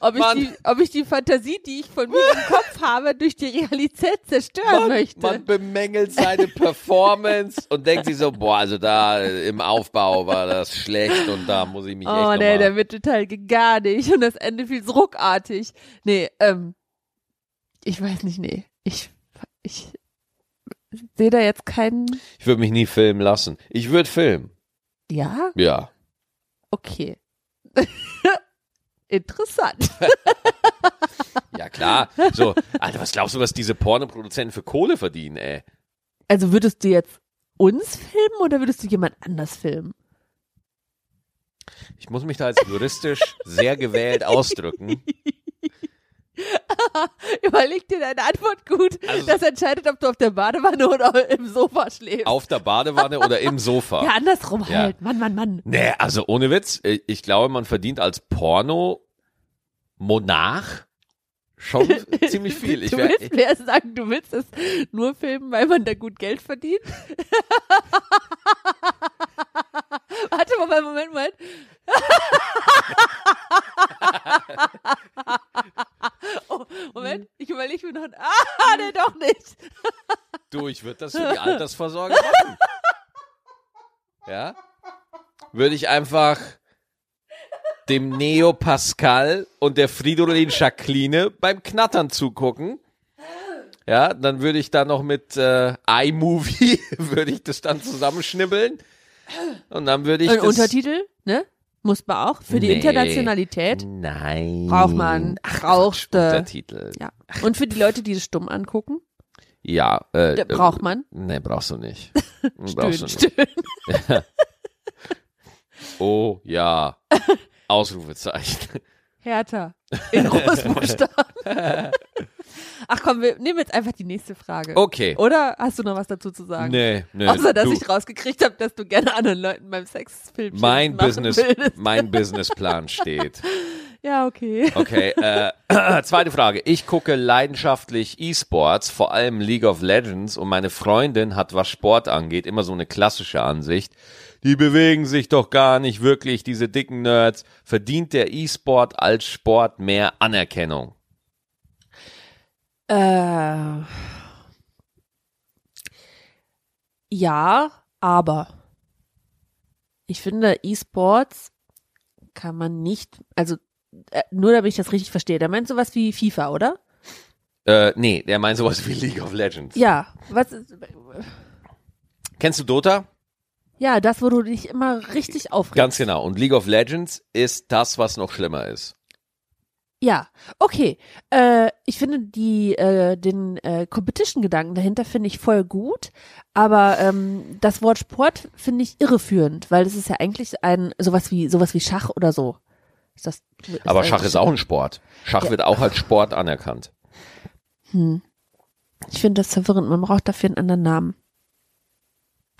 S2: ob ich,
S1: Man-
S2: die, ob ich die Fantasie, die ich von mir im Kopf habe, durch die Realität zerstören möchte.
S1: Man bemängelt seine Performance und denkt sich so, boah, also da äh, im Aufbau war das schlecht und da muss ich mich
S2: oh
S1: echt
S2: nee,
S1: nee,
S2: der wird total gar nicht. Und das Ende viel so ruckartig. Nee, ähm, ich weiß nicht, nee. Ich, ich sehe da jetzt keinen.
S1: Ich würde mich nie filmen lassen. Ich würde filmen.
S2: Ja,
S1: Ja.
S2: okay. Interessant.
S1: Ja, klar. So, Alter, was glaubst du, was diese Pornoproduzenten für Kohle verdienen, ey?
S2: Also würdest du jetzt uns filmen oder würdest du jemand anders filmen?
S1: Ich muss mich da jetzt juristisch sehr gewählt ausdrücken.
S2: Überleg dir deine Antwort gut.
S1: Also-
S2: das entscheidet, ob du auf der Badewanne oder im Sofa schläfst.
S1: Auf der Badewanne oder im Sofa.
S2: ja, andersrum
S1: Ja.
S2: halt. Mann, Mann, Mann.
S1: Nee, also ohne Witz, äh, ich glaube, man verdient als Porno-Monarch schon ziemlich viel. Ich
S2: du
S1: wär,
S2: willst mir sagen, du willst es nur filmen, weil man da gut Geld verdient? Warte mal, Moment, Moment. oh, Moment, ich überlege mir noch. ein- Ah, nee, doch nicht.
S1: du, ich würde das für die Altersvorsorge machen. Ja? Würde ich einfach dem Neo Pascal und der Fridolin Jacqueline beim Knattern zugucken. Ja, dann würde ich da noch mit äh, iMovie, würde ich das dann zusammenschnibbeln. Und dann würde ich
S2: Ein
S1: das...
S2: Äh, Untertitel, ne? Muss man auch. Für die
S1: Nee. Uh,
S2: Internationalität.
S1: Nein.
S2: Braucht man. äh, Brauchte.
S1: Untertitel.
S2: Ja. Und für die Leute, die das stumm angucken,
S1: Ja. äh,
S2: da
S1: äh,
S2: braucht man.
S1: Nee, brauchst du nicht. brauchst du
S2: Stöhnen,
S1: nicht.
S2: stöhnen.
S1: Oh ja. Ausrufezeichen.
S2: Härter. In Großbuchstaben. Ach komm, wir nehmen jetzt einfach die nächste Frage.
S1: Okay.
S2: Oder hast du noch was dazu zu sagen?
S1: Nee, nee.
S2: Oh, Außer, dass
S1: du,
S2: ich rausgekriegt habe, dass du gerne anderen Leuten beim Sex Filmchen
S1: mein
S2: machen
S1: Business,
S2: Willst.
S1: mein Businessplan steht.
S2: Ja, okay.
S1: Okay, äh, zweite Frage. Ich gucke leidenschaftlich E-Sports, vor allem League of Legends und meine Freundin hat, was Sport angeht, immer so eine klassische Ansicht. Die bewegen sich doch gar nicht wirklich, diese dicken Nerds. Verdient der E-Sport als Sport mehr Anerkennung?
S2: Äh, ja, aber ich finde, E-Sports kann man nicht, also äh, nur damit ich das richtig verstehe. Da meinst du was wie FIFA, oder?
S1: Äh, nee, der meint sowas wie League of Legends.
S2: Ja, was ist,
S1: Kennst du Dota?
S2: ja, das, wo du dich immer richtig aufregst.
S1: Ganz genau. Und League of Legends ist das, was noch schlimmer ist.
S2: Ja, okay. Äh, ich finde die äh, den äh, Competition-Gedanken dahinter finde ich voll gut, aber ähm, das Wort Sport finde ich irreführend, weil es ist ja eigentlich ein sowas wie sowas wie Schach oder so. Ist das, ist
S1: Aber
S2: eigentlich-
S1: Schach ist auch ein Sport. Schach wird auch als Sport anerkannt.
S2: Hm. Ich finde das verwirrend. Man braucht dafür einen anderen Namen.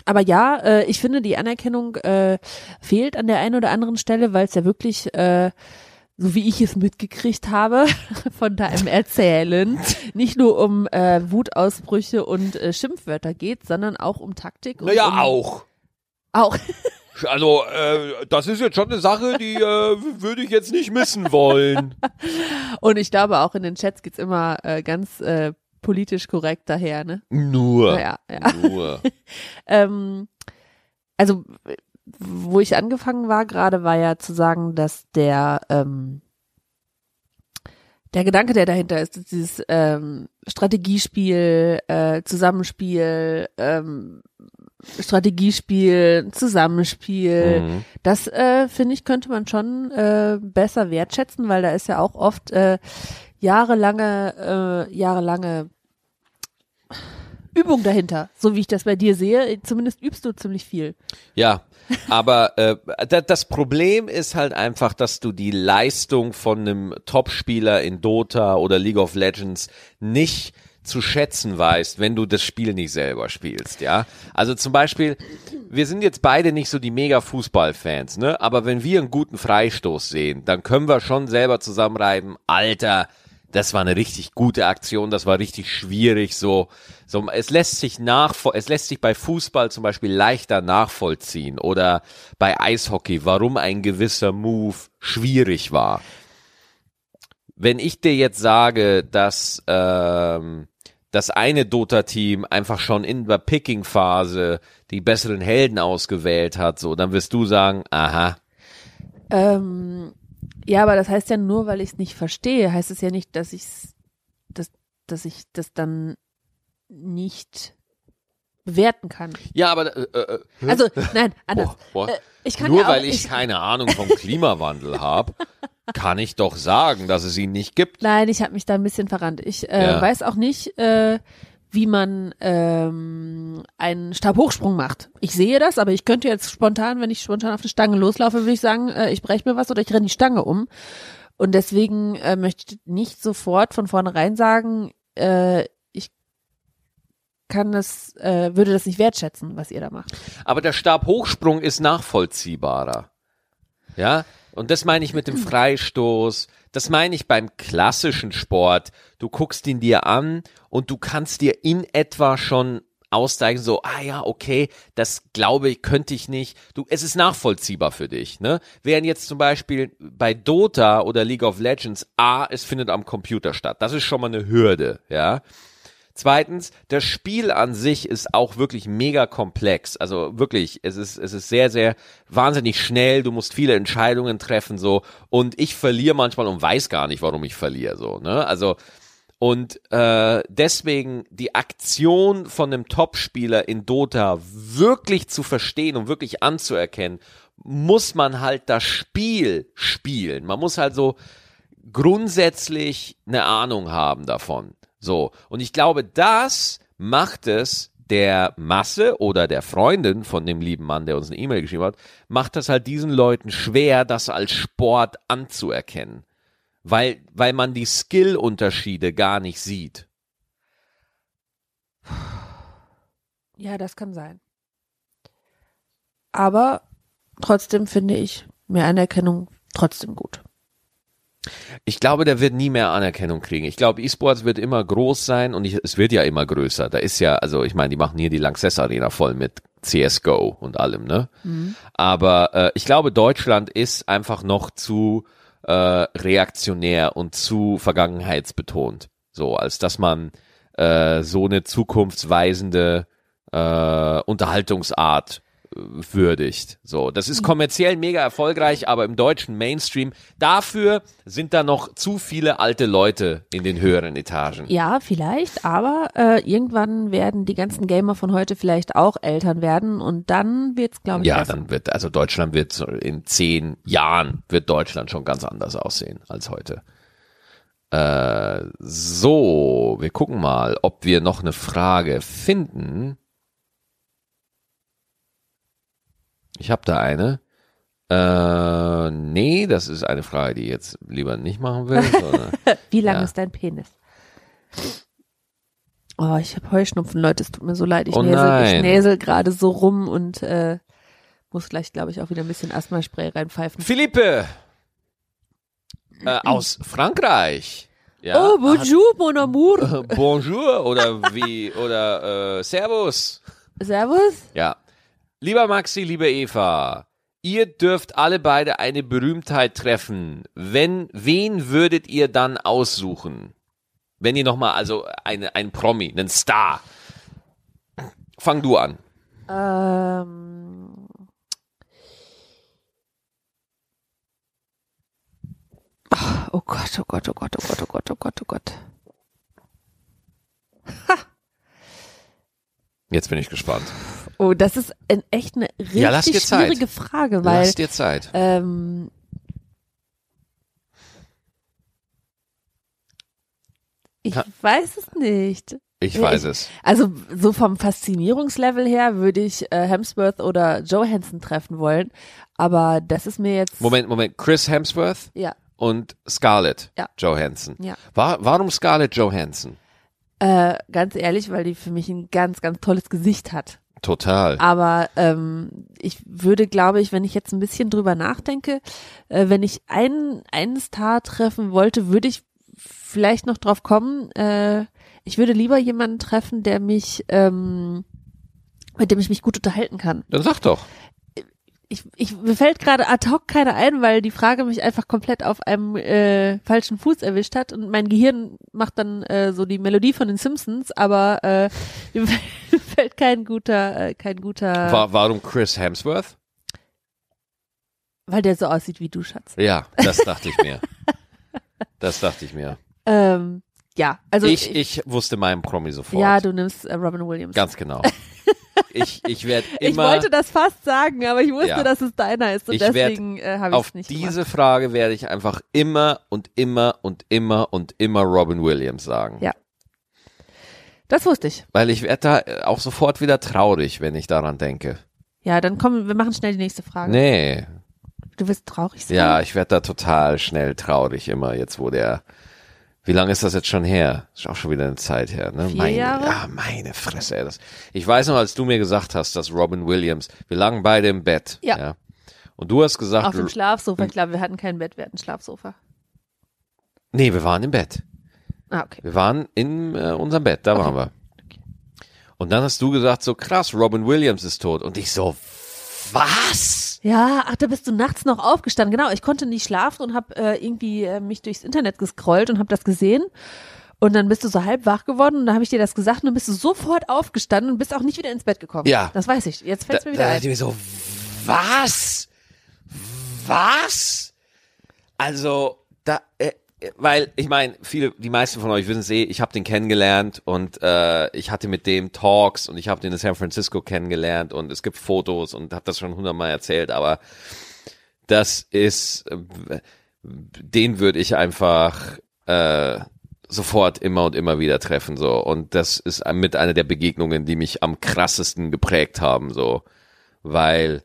S2: Aber ja, äh, ich finde, die Anerkennung äh, fehlt an der einen oder anderen Stelle, weil es ja wirklich, äh, so wie ich es mitgekriegt habe, von deinem Erzählen, nicht nur um äh, Wutausbrüche und äh, Schimpfwörter geht, sondern auch um Taktik. und um,
S1: auch.
S2: Auch.
S1: Also, äh, das ist jetzt schon eine Sache, die äh, würde ich jetzt nicht missen wollen.
S2: Und ich glaube, auch in den Chats geht's immer äh, ganz äh, politisch korrekt daher, ne?
S1: Nur.
S2: Naja, ja.
S1: Nur.
S2: ähm, also w- wo ich angefangen war gerade, war ja zu sagen, dass der ähm, der Gedanke, der dahinter ist, ist dieses ähm, Strategiespiel, äh, Zusammenspiel, ähm, Strategiespiel, Zusammenspiel,
S1: Mhm.
S2: das äh, finde ich könnte man schon äh, besser wertschätzen, weil da ist ja auch oft äh, jahrelange äh, jahrelange Übung dahinter, so wie ich das bei dir sehe. Zumindest übst du ziemlich viel.
S1: Ja, aber äh, da, das Problem ist halt einfach, dass du die Leistung von einem Topspieler in Dota oder League of Legends nicht zu schätzen weißt, wenn du das Spiel nicht selber spielst, ja. Also zum Beispiel, wir sind jetzt beide nicht so die mega Fußballfans, ne? Aber wenn wir einen guten Freistoß sehen, dann können wir schon selber zusammenreiben, Alter, das war eine richtig gute Aktion, das war richtig schwierig, so, so, es lässt sich nachvoll, es lässt sich bei Fußball zum Beispiel leichter nachvollziehen oder bei Eishockey, warum ein gewisser Move schwierig war. Wenn ich dir jetzt sage, dass, ähm, das eine Dota-Team einfach schon in der Picking-Phase die besseren Helden ausgewählt hat, so, dann wirst du sagen, aha,
S2: Ähm, ja, aber das heißt ja nur, weil ich es nicht verstehe, heißt es ja nicht, dass ich's, dass, dass ich das dann nicht bewerten kann.
S1: ja, aber, äh, äh, hä?
S2: Also, nein, anders.
S1: Boah, boah.
S2: Äh, ich kann
S1: Nur
S2: ja auch,
S1: weil ich keine Ahnung vom Klimawandel habe, kann ich doch sagen, dass es ihn nicht gibt.
S2: Nein, ich habe mich da ein bisschen verrannt. Ich äh,
S1: Ja.
S2: weiß auch nicht, äh, wie man ähm, einen Stabhochsprung macht. Ich sehe das, aber ich könnte jetzt spontan, wenn ich spontan auf eine Stange loslaufe, würde ich sagen, äh, ich breche mir was oder ich renne die Stange um. Und deswegen äh, möchte ich nicht sofort von vornherein sagen, äh, ich kann das, äh, würde das nicht wertschätzen, was ihr da macht.
S1: Aber der Stabhochsprung ist nachvollziehbarer. Ja? Und das meine ich mit dem Freistoß. Das meine ich beim klassischen Sport. Du guckst ihn dir an und du kannst dir in etwa schon aussteigen, so, ah ja, okay, das glaube ich, könnte ich nicht. Du, es ist nachvollziehbar für dich, ne? Während jetzt zum Beispiel bei Dota oder League of Legends, A, es findet am Computer statt. Das ist schon mal eine Hürde, ja? Zweitens, das Spiel an sich ist auch wirklich mega komplex. Also wirklich, es ist, es ist sehr, sehr wahnsinnig schnell. Du musst viele Entscheidungen treffen, so. Und ich verliere manchmal und weiß gar nicht, warum ich verliere, so, ne? Also, und äh, deswegen die Aktion von einem Topspieler in Dota wirklich zu verstehen und wirklich anzuerkennen, muss man halt das Spiel spielen. Man muss halt so grundsätzlich eine Ahnung haben davon. So. Und ich glaube, das macht es der Masse oder der Freundin von dem lieben Mann, der uns eine E-Mail geschrieben hat, macht das halt diesen Leuten schwer, das als Sport anzuerkennen. Weil, weil man die Skill-Unterschiede gar nicht sieht.
S2: Ja, das kann sein. Aber trotzdem finde ich mehr Anerkennung trotzdem gut.
S1: Ich glaube, der wird nie mehr Anerkennung kriegen. Ich glaube, E-Sports wird immer groß sein und ich, es wird ja immer größer. Da ist ja, also ich meine, die machen hier die Lanxess Arena voll mit CSGO und allem, ne? Aber äh, ich glaube, Deutschland ist einfach noch zu äh, reaktionär und zu vergangenheitsbetont. So, als dass man äh, so eine zukunftsweisende äh, Unterhaltungsart äh, würdigt. So, das ist kommerziell mega erfolgreich, aber im deutschen Mainstream dafür sind da noch zu viele alte Leute in den höheren Etagen.
S2: Ja, vielleicht, aber äh, irgendwann werden die ganzen Gamer von heute vielleicht auch Eltern werden und dann wird's, glaube ich,
S1: Ja,
S2: besser.
S1: dann wird, also Deutschland wird so in zehn Jahren wird Deutschland schon ganz anders aussehen als heute. Äh, so, wir gucken mal, ob wir noch eine Frage finden. Ich habe da eine. Äh, nee, das ist eine Frage, die ich jetzt lieber nicht machen will. sondern-
S2: Wie lang
S1: ja.
S2: ist dein Penis? Oh, ich habe Heuschnupfen, Leute, es tut mir so leid. Ich
S1: Oh
S2: näsel, ich
S1: nein.
S2: näsel gerade so rum und äh, muss gleich, glaube ich, auch wieder ein bisschen Asthmaspray reinpfeifen.
S1: Philippe äh, aus Frankreich. Ja,
S2: oh, bonjour, mon amour.
S1: hat- Bonjour oder wie oder äh, Servus.
S2: Servus.
S1: Ja. Lieber Maxi, liebe Eva, ihr dürft alle beide eine Berühmtheit treffen. Wenn, wen würdet ihr dann aussuchen? Wenn ihr nochmal, also eine, ein Promi, einen Star. Fang du an.
S2: Ähm. Ah, Oh Gott, oh Gott, oh Gott, oh Gott, oh Gott, oh Gott, oh Gott.
S1: Jetzt bin ich gespannt.
S2: Oh, das ist ein, echt eine richtig
S1: Ja, lass dir Zeit.
S2: schwierige Frage, weil
S1: Lass dir Zeit.
S2: ähm, ich
S1: Ka-
S2: weiß es nicht.
S1: Ich weiß es.
S2: Also so vom Faszinierungslevel her würde ich äh, Hemsworth oder Johansson treffen wollen, aber das ist mir jetzt
S1: Moment, Moment. Chris Hemsworth
S2: Ja.
S1: und Scarlett
S2: Ja.
S1: Johansson.
S2: Ja.
S1: Wa- warum Scarlett Johansson?
S2: Äh, ganz ehrlich, weil die für mich ein ganz, ganz tolles Gesicht hat.
S1: Total.
S2: Ah. Aber ähm, ich würde, glaube ich, wenn ich jetzt ein bisschen drüber nachdenke, äh, wenn ich einen, einen Star treffen wollte, würde ich vielleicht noch drauf kommen. Äh, ich würde lieber jemanden treffen, der mich, ähm, mit dem ich mich gut unterhalten kann.
S1: Dann sag doch.
S2: Ich, ich mir fällt gerade ad hoc keiner ein, weil die Frage mich einfach komplett auf einem äh, falschen Fuß erwischt hat und mein Gehirn macht dann äh, so die Melodie von den Simpsons, aber äh, mir fällt- fällt kein guter, äh, kein guter,
S1: Wa warum Chris Hemsworth?
S2: weil der so aussieht wie du, Schatz.
S1: Ja, das dachte ich mir. Das dachte ich mir.
S2: Ähm, ja, also
S1: ich, ich wusste meinen Promi sofort.
S2: ja, du nimmst äh, Robin Williams.
S1: Ganz genau. Ich, ich werde
S2: ich
S1: immer
S2: wollte das fast sagen, aber ich wusste,
S1: Ja.
S2: dass es deiner ist und
S1: Ich werd
S2: deswegen äh, habe ich
S1: auf
S2: es nicht
S1: diese Frage werde ich einfach immer und immer und immer und immer Robin Williams sagen.
S2: Ja. gemacht. Das wusste ich.
S1: Weil ich werde da äh, auch sofort wieder traurig, wenn ich daran denke.
S2: Ja, dann kommen wir machen schnell die nächste Frage.
S1: Nee,
S2: Du wirst traurig sein.
S1: ja, ich werde da total schnell traurig immer jetzt, wo der wie lange ist das jetzt schon her? Ist auch schon wieder eine Zeit her, ne?
S2: Vier
S1: meine,
S2: Jahre?
S1: Ja, meine Fresse, ey, das. Ich weiß noch, als du mir gesagt hast, dass Robin Williams, wir lagen beide im Bett,
S2: Ja.
S1: Und du Hm. hast gesagt,
S2: Auf dem Schlafsofa, ich glaube, wir hatten kein Bett, wir hatten Schlafsofa.
S1: nee, wir waren im Bett.
S2: Ah, okay.
S1: Wir waren in äh, unserem Bett, da waren wir. Und dann hast du gesagt, so krass, Robin Williams ist tot. Und ich so, was?
S2: Ja, ach, da bist du nachts noch aufgestanden. Genau, ich konnte nicht schlafen und habe äh, irgendwie äh, mich durchs Internet gescrollt und habe das gesehen. Und dann bist du so halb wach geworden und dann habe ich dir das gesagt und dann bist du sofort aufgestanden und bist auch nicht wieder ins Bett gekommen.
S1: Ja.
S2: Das weiß ich. Jetzt
S1: Da,
S2: fällt mir wieder
S1: da
S2: ein.
S1: dachte ich mir so, was? Was? Also, da, äh, äh, weil, ich meine, viele, die meisten von euch wissen es eh, ich habe den kennengelernt und äh, ich hatte mit dem Talks und ich habe den in San Francisco kennengelernt und es gibt Fotos und habe das schon hundertmal erzählt, aber das ist, äh, den würde ich einfach äh, sofort immer und immer wieder treffen so und das ist mit einer der Begegnungen, die mich am krassesten geprägt haben so, weil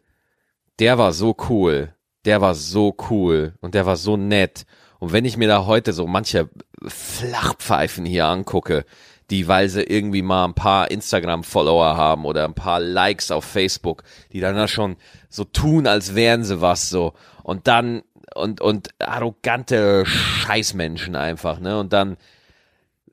S1: der war so cool, der war so cool und der war so nett und wenn ich mir da heute so manche Flachpfeifen hier angucke, die weil sie irgendwie mal ein paar Instagram-Follower haben oder ein paar Likes auf Facebook, die dann da schon so tun, als wären sie was so und dann und und arrogante Scheißmenschen einfach, ne? Und dann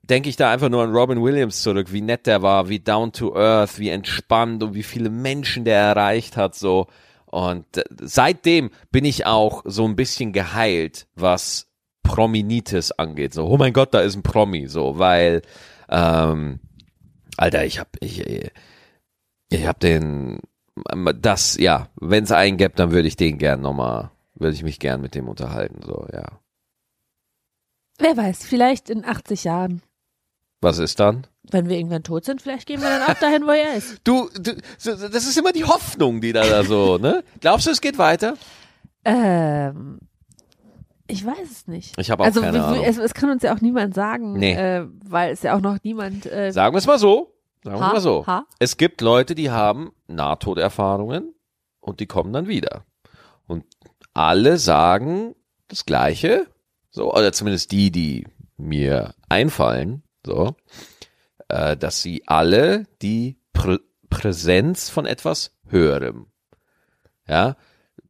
S1: denke ich da einfach nur an Robin Williams zurück, wie nett der war, wie down to earth, wie entspannt und wie viele Menschen der erreicht hat, so. Und äh, seitdem bin ich auch so ein bisschen geheilt, was Prominitis angeht. So, oh mein Gott, da ist ein Promi, so, weil, ähm, Alter, ich hab, ich, äh, ich hab den, das, ja, wenn es einen gäbe, dann würde ich den gern nochmal, würde ich mich gern mit dem unterhalten, so, ja.
S2: Wer weiß, vielleicht in 80 Jahren,
S1: Was ist dann?
S2: wenn wir irgendwann tot sind, vielleicht gehen wir dann auch dahin, wo er ist.
S1: Du, du, so- so- das ist immer die Hoffnung, die da, da so, ne? Glaubst du, es geht weiter?
S2: Ähm, ich weiß es nicht.
S1: Ich habe auch
S2: Also
S1: keine
S2: wir- wir-
S1: Ahnung.
S2: Es, es kann uns ja auch niemand sagen,
S1: Nee.
S2: äh, weil es ja auch noch niemand. Äh,
S1: Sagen wir es mal so. Sagen wir
S2: Ha,
S1: mal so.
S2: ha.
S1: Es gibt Leute, die haben Nahtoderfahrungen und die kommen dann wieder. Und alle sagen das Gleiche. So, oder zumindest die, die mir einfallen, so, äh, dass sie alle die Prä Präsenz von etwas Höherem. Ja.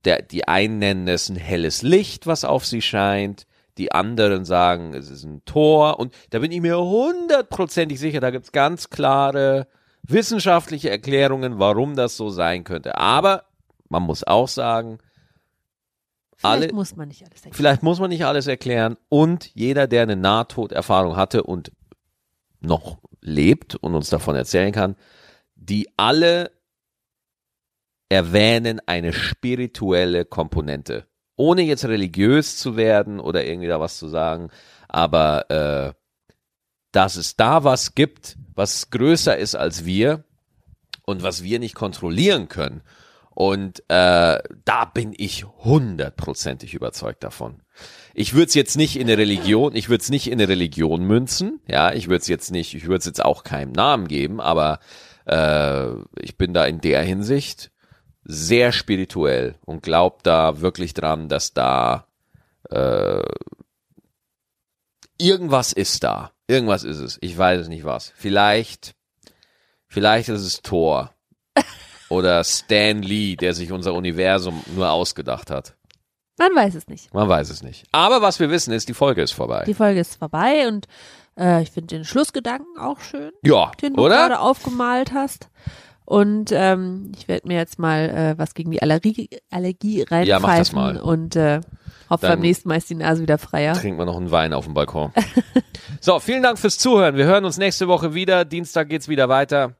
S1: Der, die einen nennen es ein helles Licht, was auf sie scheint. Die anderen sagen, es ist ein Tor. Und da bin ich mir hundertprozentig sicher, da gibt's ganz klare wissenschaftliche Erklärungen, warum das so sein könnte. Aber man muss auch sagen,
S2: vielleicht
S1: alle-
S2: muss man nicht alles denken.
S1: vielleicht muss man nicht alles erklären. Und jeder, der eine Nahtoderfahrung hatte und noch lebt und uns davon erzählen kann, die alle erwähnen eine spirituelle Komponente. Ohne jetzt religiös zu werden oder irgendwie da was zu sagen, aber äh, dass es da was gibt, was größer ist als wir und was wir nicht kontrollieren können. Und äh, da bin ich hundertprozentig überzeugt davon. Ich würde es jetzt nicht in eine Religion, ich würde es nicht in eine Religion münzen, ja, ich würde es jetzt nicht, ich würde es jetzt auch keinem Namen geben, aber äh, ich bin da in der Hinsicht sehr spirituell und glaub da wirklich dran, dass da äh, irgendwas ist da. Irgendwas ist es. Ich weiß es nicht was. Vielleicht, vielleicht ist es Thor oder Stan Lee, der sich unser Universum nur ausgedacht hat.
S2: Man weiß es nicht.
S1: Man weiß es nicht. Aber was wir wissen ist, die Folge ist vorbei.
S2: Die Folge ist vorbei und äh, ich finde den Schlussgedanken auch schön,
S1: ja,
S2: den du
S1: oder?
S2: gerade aufgemalt hast. Und ähm, ich werde mir jetzt mal äh, was gegen die Allergie, Allergie reinpfeifen
S1: Ja, mach das mal.
S2: und äh, hoffe,
S1: Dann-
S2: beim nächsten Mal ist die Nase wieder freier.
S1: Trinkt man noch einen Wein auf dem Balkon. so, vielen Dank fürs Zuhören. Wir hören uns nächste Woche wieder. Dienstag geht's wieder weiter.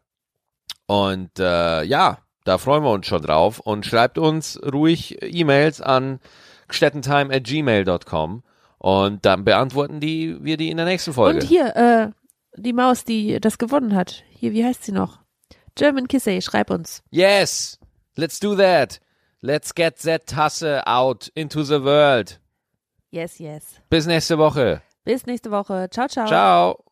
S1: Und äh, ja, da freuen wir uns schon drauf. Und schreibt uns ruhig E-Mails an gstettentime.gmail.com und dann beantworten die, wir die in der nächsten Folge.
S2: Und hier, äh, die Maus, die das gewonnen hat. Hier, wie heißt sie noch? German Kissey, schreib uns.
S1: Yes, let's do that. Let's get that Tasse out into the world.
S2: Yes, yes.
S1: Bis nächste Woche.
S2: Bis nächste Woche. Ciao, ciao.
S1: Ciao.